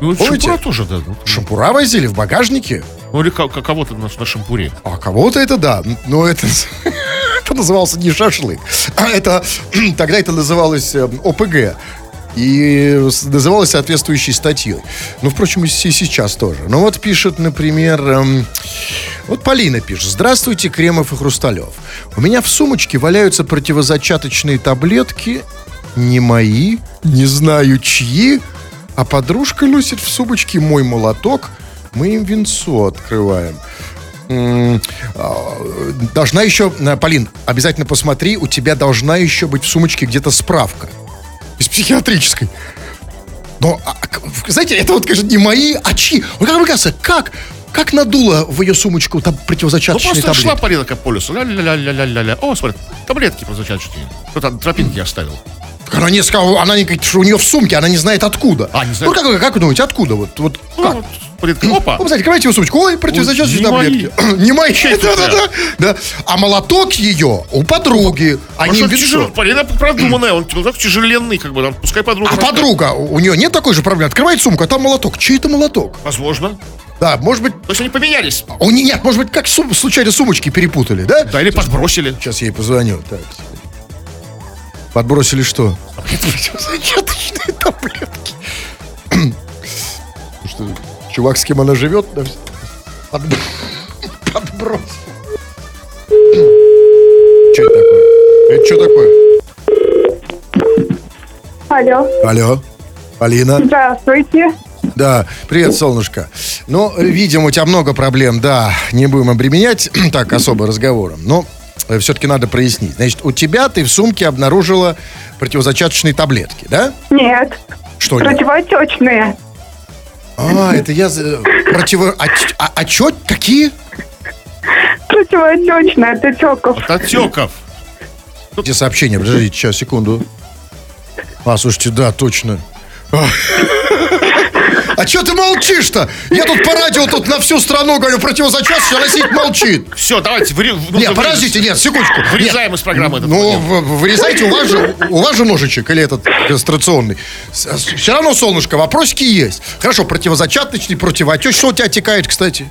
A: Ну,
B: помните?
A: шампура тоже, да. ну,
B: Шампура возили в багажнике?
A: Ну, или ка- ка- кого-то на, на шампуре.
B: А кого-то это да, но это, это назывался не шашлык. А это, тогда это называлось э, ОПГ. И с- называлось соответствующей статьей. Ну, впрочем, и с- и сейчас тоже. Ну, вот пишет, например... эм, вот Полина пишет. Здравствуйте, Кремов и Хрусталев. У меня в сумочке валяются противозачаточные таблетки. Не мои, не знаю чьи. А подружка носит в сумочке мой молоток. Мы им винцо открываем. М, а, Должна еще, на- Полин, обязательно посмотри, у тебя должна еще быть в сумочке где-то справка. Из психиатрической. Но, а, к- в- знаете, это вот, конечно, не мои, а чьи. Вот как мне кажется, как, как надуло в ее сумочку там
A: Ну,
B: противозачаточные
A: просто
B: таблетки?
A: шла Полина как по лесу. Ля-ля-ля-ля-ля-ля. О, смотри, таблетки прозвучаточные. Кто-то Ну, тропинки оставил.
B: Она не сказала, она не говорит, что у нее в сумке, она не знает откуда.
A: А, не знает.
B: Ну, как, как вы думаете, откуда? Вот, вот
A: Ну,
B: как? Ну,
A: вот Полина, опа.
B: Вы знаете, открываете его сумочку, ой, противозачаточные
A: не
B: таблетки. Не мои.
A: Чей-то,
B: Да, да, да, да. А молоток ее у подруги.
A: А
B: Они
A: что
B: им
A: тяжело?
B: вешают.
A: Полина продуманная, он ну, так тяжеленный, как бы там, пускай подруга.
B: А подруга, у у нее нет такой же проблемы. Открывает сумку, а там молоток. Чей это молоток?
A: Возможно.
B: Да, может быть, а
A: То есть они поменялись.
B: у нее нет, может быть, как сум- случайно сумочки перепутали, да?
A: Да, или подбросили.
B: Сейчас я ей позвоню. Так. Подбросили А что? Зачаточные таблетки. Ну Что, чувак, с кем она живет? да, вс- подбр- Подброс. Что это такое? Это что такое?
E: Алло,
B: Алло, Полина.
E: здравствуйте.
B: Да, привет, солнышко. Ну, видимо, у тебя много проблем, да, не будем обременять так особо разговором, но все-таки надо прояснить. Значит, у тебя ты в сумке обнаружила противозачаточные таблетки, да?
E: Нет,
B: Что нет?
E: противоотечные.
B: А, это я... за- Противо... оч- а- Отчет? Какие?
E: Противоотечные от отеков.
A: От отеков.
B: Где сообщение? Подождите, сейчас, секунду. А, слушайте, да, точно. А. А что ты молчишь-то? Я тут по радио тут на всю страну говорю про противозачаточное, а она сидит молчит.
A: Все, давайте. ври- ну,
B: Нет,
A: вы-
B: подождите, нет, секундочку.
A: Вырезаем из программы этот
B: Ну,
A: момент.
B: в- вырезайте, у вас, же, у вас же ножичек или этот кастрационный. Все равно, солнышко, вопросики есть. Хорошо, противозачаточный, противоотечный. Что у тебя текает, кстати?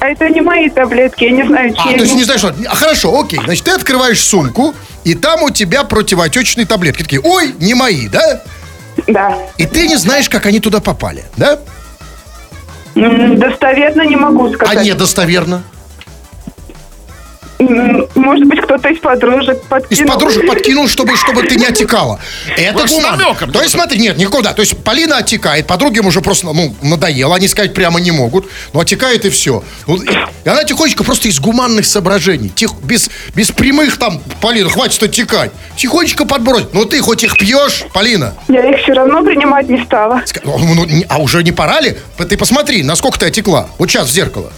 E: А это не мои таблетки, я не знаю,
B: А,
E: чьи.
B: то есть не знаешь, что... А, хорошо, окей. Значит, ты открываешь сумку, и там у тебя противоотечные таблетки. Такие, ой, не мои, да?
E: Да.
B: И ты не знаешь, как они туда попали, да?
E: М, Достоверно не могу
B: А
E: сказать.
B: недостоверно.
E: М, Может быть, кто-то из подружек
B: Из
E: подкинул.
B: подружек подкинул, чтобы, чтобы ты не отекала. Это
A: Вот с
B: гуманно.
A: намеком.
B: То есть, смотри, нет, никуда. То есть, Полина отекает, подруги уже просто, ну, надоело, они сказать прямо не могут, но отекает и все. Ну, и- и она тихонечко просто из гуманных соображений, тих- без, без прямых там, Полина, хватит отекать, тихонечко подбросить. Ну, ты хоть их пьешь, Полина?
E: Я их все равно принимать не стала.
B: Ска- «Ну, ну, не- а уже не пора ли? Ты посмотри, насколько ты отекла. Вот сейчас в зеркало.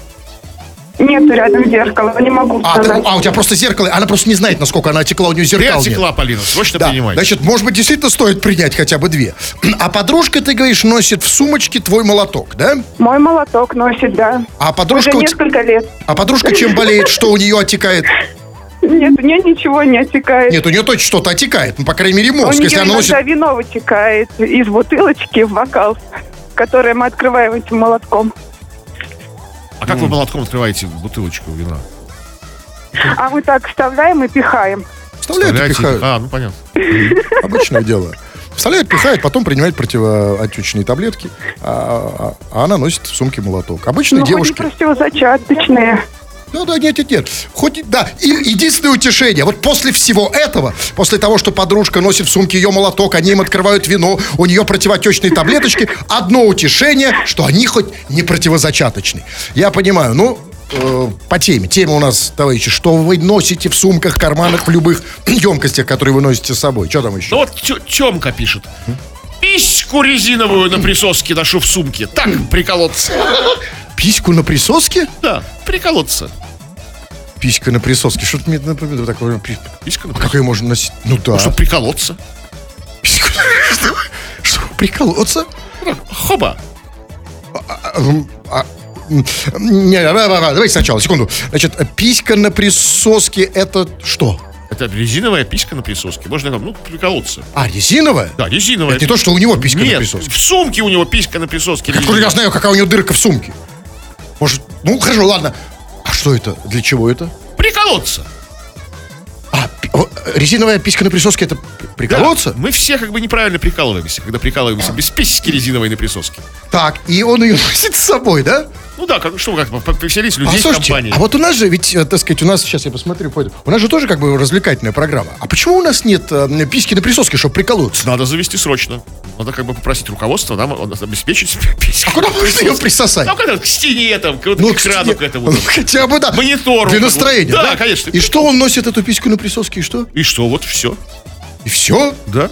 E: Нету рядом зеркала, не могу
B: А, ты-
E: сказать.
B: а, у тебя просто зеркало, она просто не знает, насколько она отекла, у нее
A: Ты
B: зеркало нет.
A: отекла, Полина, срочно
B: Да,
A: принимай.
B: значит, может быть, действительно стоит принять хотя бы две. А подружка, ты говоришь, носит в сумочке твой молоток, да?
E: Мой молоток носит, да.
B: А
E: Уже
B: подружка, у те-
E: несколько лет.
B: а подружка чем болеет, что у нее отекает?
E: Нет, у меня ничего не отекает.
B: Нет, у нее точно что-то отекает, ну, по крайней мере,
E: У
B: мозг.
E: нее
B: Если она
E: иногда
B: носит...
E: вино вытекает из бутылочки в бокал, который мы открываем этим молотком.
A: А как вы молотком открываете бутылочку вина?
E: А мы так вставляем и пихаем.
B: Вставляют и
A: Вставляете-
B: пихают.
A: А, ну понятно.
B: Обычное дело. Вставляют, пихают, потом принимает противоотечные таблетки, а, а- а она носит в сумке молоток. Обычные
E: ну,
B: девушки.
E: хоть и противозачаточные.
B: Ну да, нет, нет, нет. Хоть, и- да, и единственное утешение. Вот после всего этого, после того, что подружка носит в сумке ее молоток, они им открывают вино, у нее противотечные таблеточки, одно утешение, что они хоть не противозачаточные. Я понимаю, ну, э, по теме. Тема у нас, товарищи, что вы носите в сумках, карманах, в любых емкостях, которые вы носите с собой. Что там еще?
A: Ну вот Тё- Тёмка пишет. Письку резиновую на присоске ношу в сумке. Так, приколоться.
B: Письку на присоске?
A: Да, приколоться.
B: Писька на присоске. Что-то мне напоминает такое. пи-
A: Писька на
B: А как ее можно носить? Ну да.
A: Чтобы приколоться.
B: Письку- Что, приколоться?
A: Хоба.
B: А, м, Не, а, а, а, давайте сначала, секунду. Значит, писька на присоске это что?
A: Это резиновая писька на присоске. Можно там, ну, приколоться.
B: А, резиновая?
A: Да, резиновая.
B: Это не то, что у него писька
A: Нет,
B: на присоске.
A: в сумке у него писька на присоске.
B: Откуда я знаю, какая у него дырка в сумке? Может, ну хорошо, ладно. А что это? Для чего это?
A: Приколоться.
B: А, пи- о, резиновая писька на присоске это
A: Да,
B: приколоться? А.
A: Мы все как бы неправильно прикалываемся, когда прикалываемся без письки резиновой на присоске.
B: Так, и он ее носит с собой, да?
A: Ну да, как, что вы как бы повеселить
B: А
A: людей в
B: слушайте,
A: компании.
B: а вот у нас же, ведь, э, так сказать, у нас, сейчас я посмотрю, пойду. у нас же тоже как бы развлекательная программа. А почему у нас нет э, письки на присоске, чтобы приколоться?
A: Надо завести срочно. Надо как бы попросить руководство нам он- обеспечить письку.
B: А Куда можно ее присосать?
A: Там как-то к стене, там, к, вот к
B: кстати,
A: экрану к этому.
B: ну, хотя бы, да.
A: Монитору как
B: Для
A: бы.
B: настроения.
A: Да, конечно.
B: И что он носит эту письку на присоске, и что?
A: И что, вот все.
B: И все?
A: Да.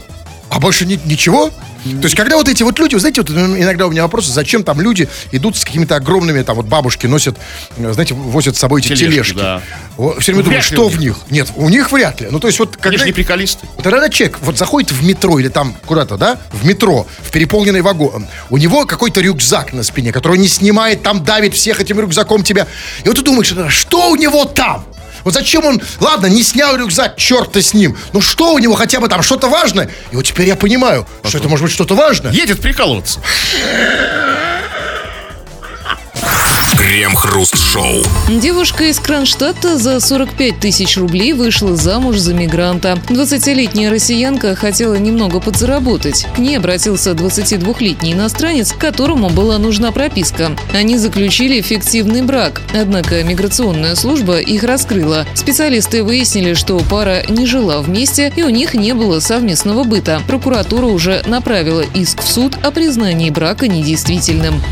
B: А больше ни- ничего? То есть, когда вот эти вот люди, вы знаете, вот иногда у меня вопрос, зачем там люди идут с какими-то огромными, там вот бабушки носят, э, знаете, возят с собой эти
A: Тележки,
B: тележки.
A: да.
B: Все время думаю,
A: Вряд ли
B: что
A: у
B: в них? Нет, у них вряд ли. Ну, то есть, вот
A: Они
B: когда...
A: же не приколисты.
B: Вот когда человек вот заходит в метро или там куда-то, да, в метро, в переполненный вагон, у него какой-то рюкзак на спине, который он не снимает, там давит всех этим рюкзаком тебя. И вот ты думаешь, «Да что у него там? Вот зачем он, ладно, не снял рюкзак, черт ты с ним. Ну что у него хотя бы там, что-то важное? И вот теперь я понимаю, что это может быть что-то важное.
A: Едет приколоться.
C: Крем-хруст-шоу.
D: Девушка из Кронштадта за 45 тысяч рублей вышла замуж за мигранта. 20-летняя россиянка хотела немного подзаработать. К ней обратился 22-летний иностранец, которому была нужна прописка. Они заключили фиктивный брак. Однако миграционная служба их раскрыла. Специалисты выяснили, что пара не жила вместе и у них не было совместного быта. Прокуратура уже направила иск в суд о признании брака недействительным.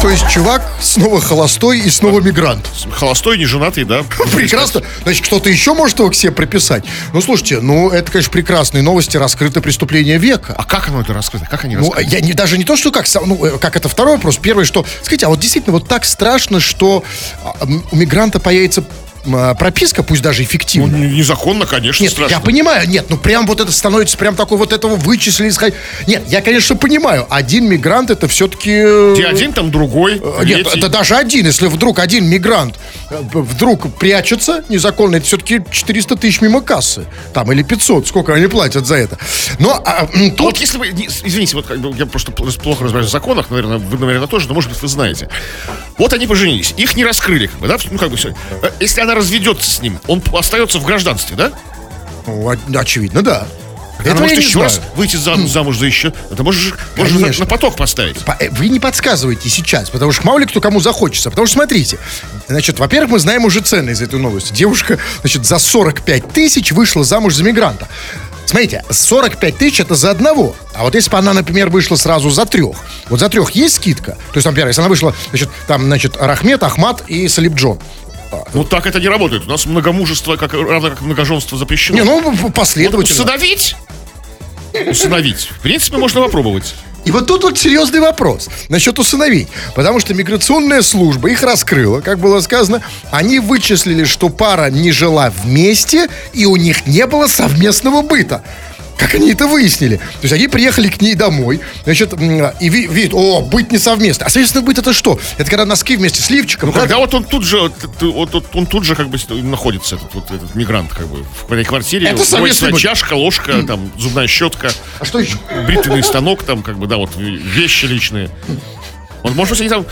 B: То есть чувак снова холостой и снова мигрант. Ну,
A: Холостой, неженатый, да.
B: Прекрасно. Значит, кто-то еще может его к себе прописать. Ну, слушайте, ну, это, конечно, прекрасные новости. Раскрыто преступление века.
A: А как оно это раскрыто? Как они
B: Ну,
A: раскрыты?
B: я не, даже не то, что как, со- ну, э, как это второй вопрос. Первое, что, скажите, а вот действительно вот так страшно, что а, м, у мигранта появится м, прописка, пусть даже
A: Ну,
B: эффективная.
A: н- незаконно, конечно,
B: Нет,
A: страшно.
B: я понимаю, нет, ну прям вот это становится, прям такой вот этого вычислили, исходя- Нет, я, конечно, понимаю, один мигрант это все-таки...
A: Где один, там другой.
B: Нет,
A: третий.
B: это даже один, если вдруг один мигрант э, б- вдруг прячется незаконно, это все-таки 400 тысяч мимо кассы, там, или 500, сколько они платят за это. Но а, м,
A: А Вот
B: тут...
A: если вы, не, с- извините, вот как бы я просто пл- плохо разбираюсь в законах, наверное, вы, наверное, тоже, но, может быть, вы знаете. Вот они поженились, их не раскрыли, как бы, да, ну, как бы все. Э, Если она разведется с ним, он п- остается в гражданстве, да?
B: Ну, о- очевидно, да.
A: Она
B: Этого я
A: может
B: не
A: еще
B: знаю.
A: раз выйти зам- замуж за еще. Это можешь, можешь на-
B: Конечно.
A: на поток поставить.
B: По- э, Вы не подсказываете сейчас, потому что мало ли кто кому захочется. Потому что смотрите, значит, во-первых, мы знаем уже цены из этой новости. Девушка, значит, за 45 тысяч вышла замуж за мигранта. Смотрите, 45 тысяч это за одного. А вот если бы она, например, вышла сразу за трех, вот за трех есть скидка? То есть, например, если она вышла, значит, там, значит, Рахмет, Ахмат и Салибджон.
A: Ну так это не работает. У нас многомужество, как, равно как многоженство, запрещено.
B: Не, ну, в-
A: Вот
B: последовательно.
A: усыновить? Усыновить. В принципе, можно попробовать.
B: И вот тут вот серьезный вопрос насчет усыновить. Потому что миграционная служба их раскрыла, как было сказано. Они вычислили, что пара не жила вместе, и у них не было совместного быта. Как они это выяснили? То есть они приехали к ней домой, значит, м, и ви- видят, о, быт не совместный. А совместный быт это что? Это когда носки вместе с лифчиком.
A: Ну,
B: да?
A: когда вот он тут же, вот, т- вот, вот он тут же как бы с- находится, этот, вот этот мигрант, как бы, в этой квартире. У
B: Это
A: него есть
B: совместный
A: своя
B: быт.
A: чашка, ложка, там, зубная щетка,
B: А что еще?
A: бритвенный станок, там, как бы, да, вот ве- вещи личные. Он, может быть, они там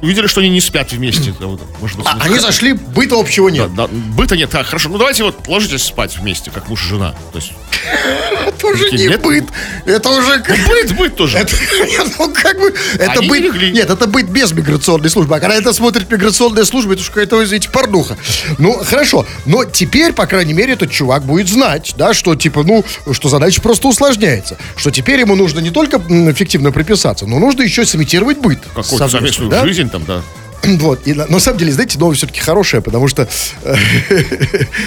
A: увидели, что они не спят вместе. да, вот, может быть,
B: А,
A: ну,
B: они зашли, быта общего
A: да,
B: нет.
A: да, быта нет, так, хорошо. Ну, давайте вот ложитесь спать вместе, как муж и жена. То есть,
B: Это уже не
A: Нет.
B: быт. Это уже как...
A: ну, быт, быт тоже.
B: Это, ну, как бы, это
A: Они не
B: быть,
A: легли.
B: нет, это быть без миграционной службы. А когда это смотрит миграционная служба, это уж какая-то, извините, порнуха. Ну, хорошо. Но теперь, по крайней мере, этот чувак будет знать, да, что, типа, ну, что задача просто усложняется. Что теперь ему нужно не только м, эффективно приписаться, но нужно еще сымитировать быт.
A: Какую-то
B: совместный,
A: совместную
B: да?
A: жизнь там, да.
B: Вот, и на, на самом деле, знаете, новость все-таки хорошая, потому что э,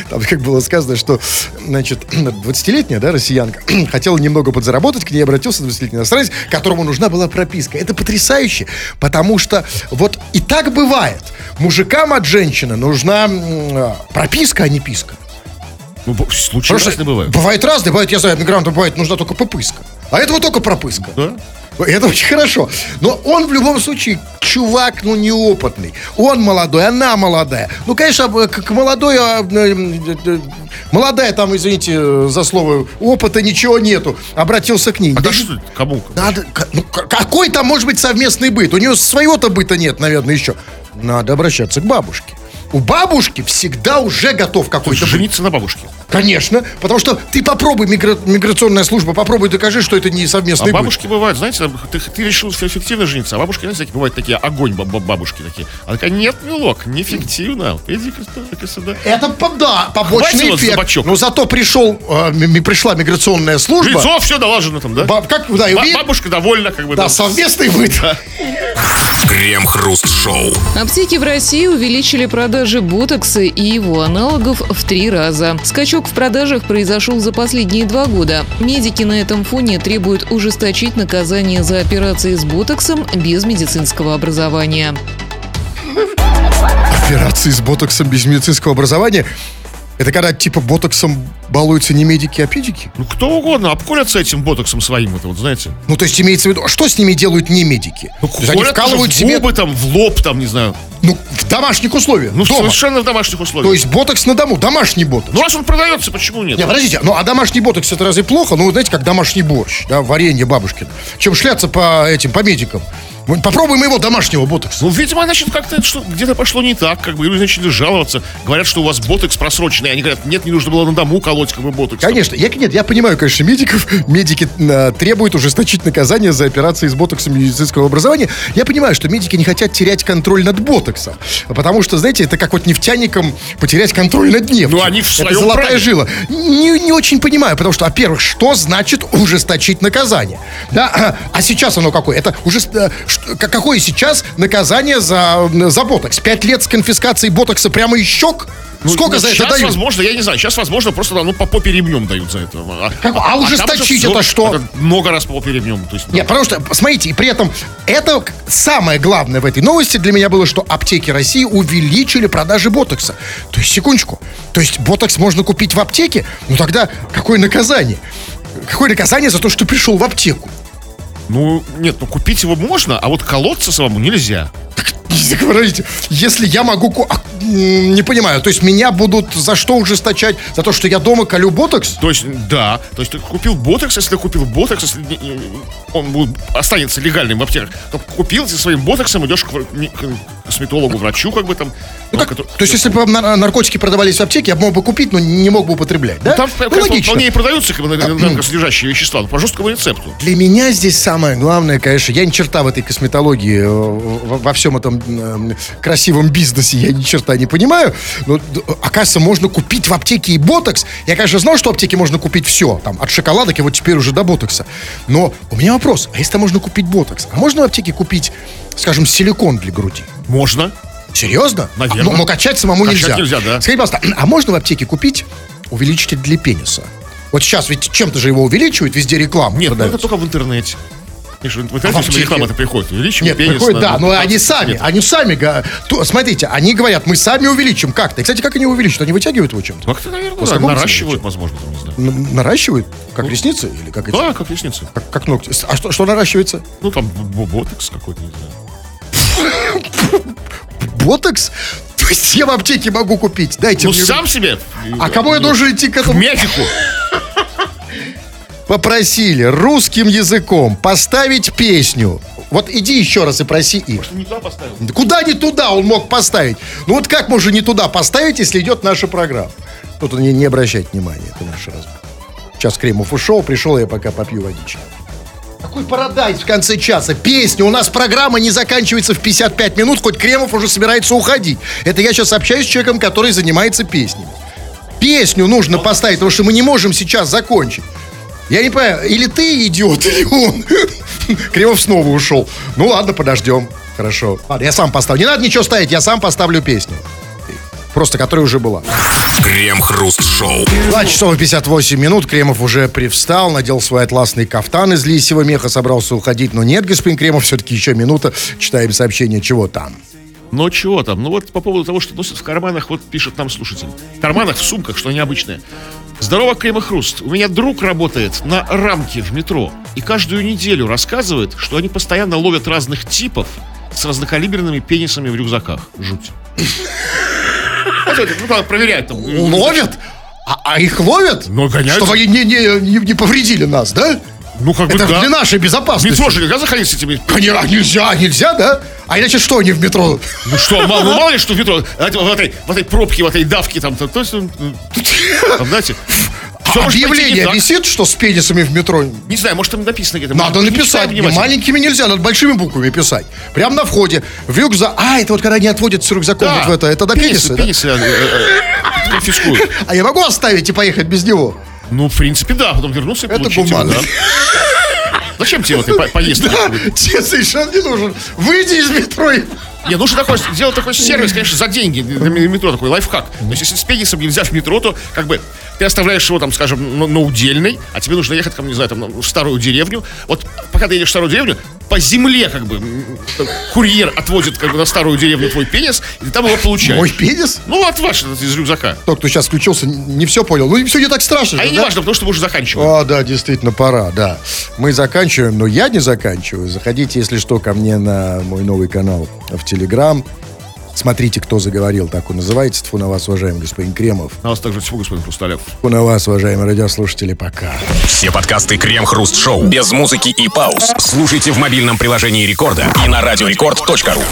B: там, как было сказано, что, значит, 20-летняя, да, россиянка, хотела немного подзаработать, к ней обратился 20-летний иностранец, которому нужна была прописка. Это потрясающе, потому что вот и так бывает. Мужикам от женщины нужна м, прописка, а не писка.
A: Ну, б- случаи
B: Потому что
A: разные бывают.
B: Бывает разные, бывает, я знаю, мигрантам бывает нужна только попыска. А этого только пропыска.
A: Да?
B: Это очень хорошо. Но он в любом случае чувак, ну, неопытный. Он молодой, она молодая. Ну, конечно, об- как молодой, а, м, э, молодая там, извините за слово, опыта ничего нету. Обратился к ней.
A: А
B: Да
A: да что это? кому?
B: надо, к- ну, к- какой там может быть совместный быт? У нее своего-то быта нет, наверное, еще. Надо обращаться к бабушке. У бабушки всегда уже готов какой-то быт.
A: Жениться на бабушке.
B: Конечно, потому что ты попробуй, мигра- миграционная служба, попробуй докажи, что это не
A: А
B: совместный быт.
A: бабушки бывают, знаете, там, ты, ты решил что эффективно жениться, а бабушки, знаете, такие бывают такие, огонь баб- баб- бабушки такие. Она такая, нет, милок, неэффективно. Иди-ка сюда, иди-ка сюда.
B: Это по- да, побочный
A: Хватило
B: эффект.
A: зубачок.
B: Но зато пришел, э, ми- ми- пришла миграционная служба.
A: Лицо, все налажено там, да?
B: Баб- как, да, и
A: Ба-
B: ви-
A: бабушка довольна, как бы.
B: да, совместный быт.
C: Крем-хруст-шоу.
D: Аптеки в России увеличили продажи ботокса и его аналогов в три раза. Скачок в продажах произошел за последние два года. Медики на этом фоне требуют ужесточить наказание за операции с ботоксом без медицинского образования.
B: Операции с ботоксом без медицинского образования. Это когда типа ботоксом балуются не медики, а педики?
A: Ну, кто угодно, обколятся этим ботоксом своим, это вот, знаете.
B: Ну, то есть имеется в виду, а что с ними делают не медики?
A: Ну,
B: То есть они
A: колят тоже
B: вкалывают
A: в
B: себе
A: губы, там, в лоб, там, не знаю.
B: ну, в домашних условиях.
A: Ну,
B: дома.
A: совершенно в домашних условиях.
B: То есть ботокс на дому, домашний ботокс.
A: Ну, раз он продается, почему нет?
B: Не, подождите, ну а домашний ботокс это разве плохо? Ну, вы знаете, как домашний борщ, да, варенье бабушкин. Чем шляться по этим, по медикам. Мы Попробуем его домашнего ботокса.
A: Ну, видимо, значит, как-то что- где-то пошло не так, как бы, и люди начали жаловаться. Говорят, что у вас ботекс просроченный. Они говорят, нет, не нужно было на дому колоть, как бы, ботекс.
B: Конечно, я, нет, я понимаю, конечно, медиков. Медики э, требуют ужесточить наказание за операции с ботоксом медицинского образования. Я понимаю, что медики не хотят терять контроль над ботоксом. Потому что, знаете, это как вот нефтяникам потерять контроль над нефтью.
A: Ну, они в
B: Это
A: своем
B: золотая
A: праве.
B: жила. Не, не очень понимаю, потому что, во-первых, что значит ужесточить наказание? Да? А сейчас оно какое? Это уже э, какое сейчас наказание за, м, за ботокс? Пять лет с конфискацией ботокса прямо из щек?
A: Ну,
B: Сколько
A: ну,
B: за это
A: щас,
B: дают?
A: возможно, я не знаю. Сейчас, возможно, просто да, ну, по попе ремнем дают за это. А,
B: Как- а
A: там
B: ужесточить
A: же
B: это
A: всё-
B: что?
A: много раз по попе ремнем. То есть, ну,
B: Нет, потому что, смотрите, и при этом это к- самое главное в этой новости для меня было, что аптеки России увеличили продажи ботокса. То есть, секундочку, то есть ботокс можно купить в аптеке? Ну тогда какое наказание? Какое наказание за то, что пришел в аптеку?
A: ну, нет, ну купить его можно, а вот колоться самому нельзя.
B: Говорите, если я могу... ку- а, м, Не понимаю, то есть меня будут за что ужесточать? За то, что я дома колю ботокс?
A: То есть, да. То есть, ты купил ботокс, если ты купил ботокс, если не- не- он будет- останется легальным в аптеках. То купил, ты своим ботоксом идешь к, вр- не- к косметологу, врачу, как бы там.
B: Ну
A: ну,
B: как,
A: который-
B: то есть если бы нар- наркотики продавались в аптеке, я мог бы купить, но не мог бы употреблять, да?
A: Там
B: Ну,
A: как бы, вполне и продаются как бы, нарко- содержащие вещества, но по жесткому рецепту.
B: Для меня здесь самое главное, конечно, я ни черта в этой косметологии, э, во во всем этом э, красивом бизнесе я ни черта не понимаю. Но, д- оказывается, можно купить в аптеке и ботокс. Я, конечно, знал, что в аптеке можно купить все, там, от шоколадок и вот теперь уже до ботокса. Но у меня вопрос, а если там можно купить ботокс, а можно в аптеке купить, скажем, силикон для груди?
A: Можно.
B: Серьезно?
A: Наверное.
B: А, Но, но качать самому
A: Качать
B: нельзя.
A: нельзя, да.
B: Скажите, пожалуйста, а можно в аптеке купить увеличитель для пениса? Вот сейчас ведь чем-то же его увеличивают, везде реклама
A: Нет, ну,
B: продается.
A: это только в интернете. Ты же, в интернете
B: А в
A: всем
B: аптеке?
A: реклама-то приходит. Увеличим
B: Нет,
A: пенис.
B: приходит,
A: надо.
B: да, но
A: Там-
B: они сами,
A: ну, Нет.
B: они сами, га- ту- смотрите, они говорят, мы сами увеличим как-то. И, кстати, как они увеличат? Они вытягивают его чем-то?
A: Ну, Как-то, наверное,
B: После
A: да,
B: губ
A: наращивают, возможно, там, не знаю.
B: Н- Наращивают? Как ресницы? Или как эти?
A: Да, как ресницы.
B: Как, как ногти? С- А что, что наращивается?
A: Ну, там б- ботокс какой-то, не знаю.
B: Ботокс? То есть я в аптеке могу купить? Дайте
A: Ну,
B: мне...
A: сам Ну, себе. э,
B: А кому я должен идти к
A: К
B: этому?
A: мячику.
B: Попросили русским языком поставить песню. Вот иди еще раз и проси их.
A: Не туда поставил.
B: Да Куда не туда он мог поставить? Ну вот как можно не туда поставить, если идет наша программа? Тут не, не обращать внимания, это наш разбор. Сейчас Кремов ушел, пришел, я пока попью водички. Какой парадайз в конце часа. Песня. У нас программа не заканчивается в 55 минут, хоть Кремов уже собирается уходить. Это я сейчас общаюсь с человеком, который занимается песнями. Песню нужно поставить, потому что мы не можем сейчас закончить. Я не понимаю, или ты идиот, или он. Кремов снова ушел. Ну ладно, подождем. Хорошо. Ладно, я сам поставлю. Не надо ничего ставить, я сам поставлю песню. Просто которая уже была.
C: Крем-хруст шоу.
B: 2 часов и 58 минут. Кремов уже привстал, надел свой атласный кафтан из лисьего меха, собрался уходить. Но нет, господин Кремов, все-таки еще минута. Читаем сообщение, чего там.
A: Но чего там? Ну вот по поводу того, что носят в карманах, вот пишет нам слушатель. В карманах, в сумках, что необычное. Здорово, Крем и Хруст. У меня друг работает на рамке в метро. И каждую неделю рассказывает, что они постоянно ловят разных типов с разнокалиберными пенисами в рюкзаках. Жуть. Вот это, Ну, там проверяют там.
B: Ловят? А, а их ловят?
A: Ну, гоняют.
B: Чтобы они не, не- не- не повредили нас, да?
A: Ну, как бы,
B: Это ж
A: да.
B: для нашей
A: В
B: безопасности.
A: метро же нельзя заходить с этими...
B: Конечно, а нельзя, нельзя, да? А иначе что они в метро?
A: Ну что, мало, ну, мало ли, что в метро, а, типа, в этой, в этой пробке, в этой давке там, то, то есть, ну, там, знаете, всё А, может пойти не
B: Объявление
A: так.
B: висит, что с пенисами в метро?
A: Не знаю, может там написано где-то.
B: Надо
A: Может,
B: написать.
A: не
B: Не
A: читаем внимательно.
B: маленькими нельзя, надо большими буквами писать. Прям на входе. В рюкзак. А, это вот когда они отводят с рюкзаком
A: Да.
B: вот в это. Это до пениса. да?
A: Пенисы, э, э, э, конфискуют.
B: А я могу оставить и поехать без него?
A: Ну, в принципе, да. Потом вернулся и
B: Это
A: получил. типа,
B: бумага.
A: да. Зачем тебе вот эта по- поездка?
B: Да, тебе совершенно не нужен. Выйди из метро и...
A: Не, нужно такой, сделать такой сервис, конечно, за деньги. Для ме- метро такой лайфхак. То есть, если с пенисом нельзя в метро, то как бы ты оставляешь его там, скажем, на, на удельной, а тебе нужно ехать, там, не знаю, там, в старую деревню. Вот пока ты едешь в старую деревню, по земле как бы м, курьер отводит как бы на старую деревню твой пенис, и ты там его получаешь.
B: Мой пенис?
A: Ну, от вашего из рюкзака.
B: Тот, кто сейчас включился, не все понял. Ну, все не так страшно.
A: А
B: же,
A: и не
B: да?
A: важно, потому что мы уже заканчиваем.
B: А, да, действительно, пора, да. Мы заканчиваем, но я не заканчиваю. Заходите, если что, ко мне на мой новый канал в Телеграм. Смотрите, кто заговорил, так он называется. Тьфу на вас, уважаемый господин Кремов.
A: На вас также всего, господин Хрусталев.
B: Тьфу на вас, уважаемые радиослушатели, пока.
C: Все подкасты Крем-хруст шоу без музыки и пауз. Слушайте в мобильном приложении Рекорда и на радиорекорд.ру.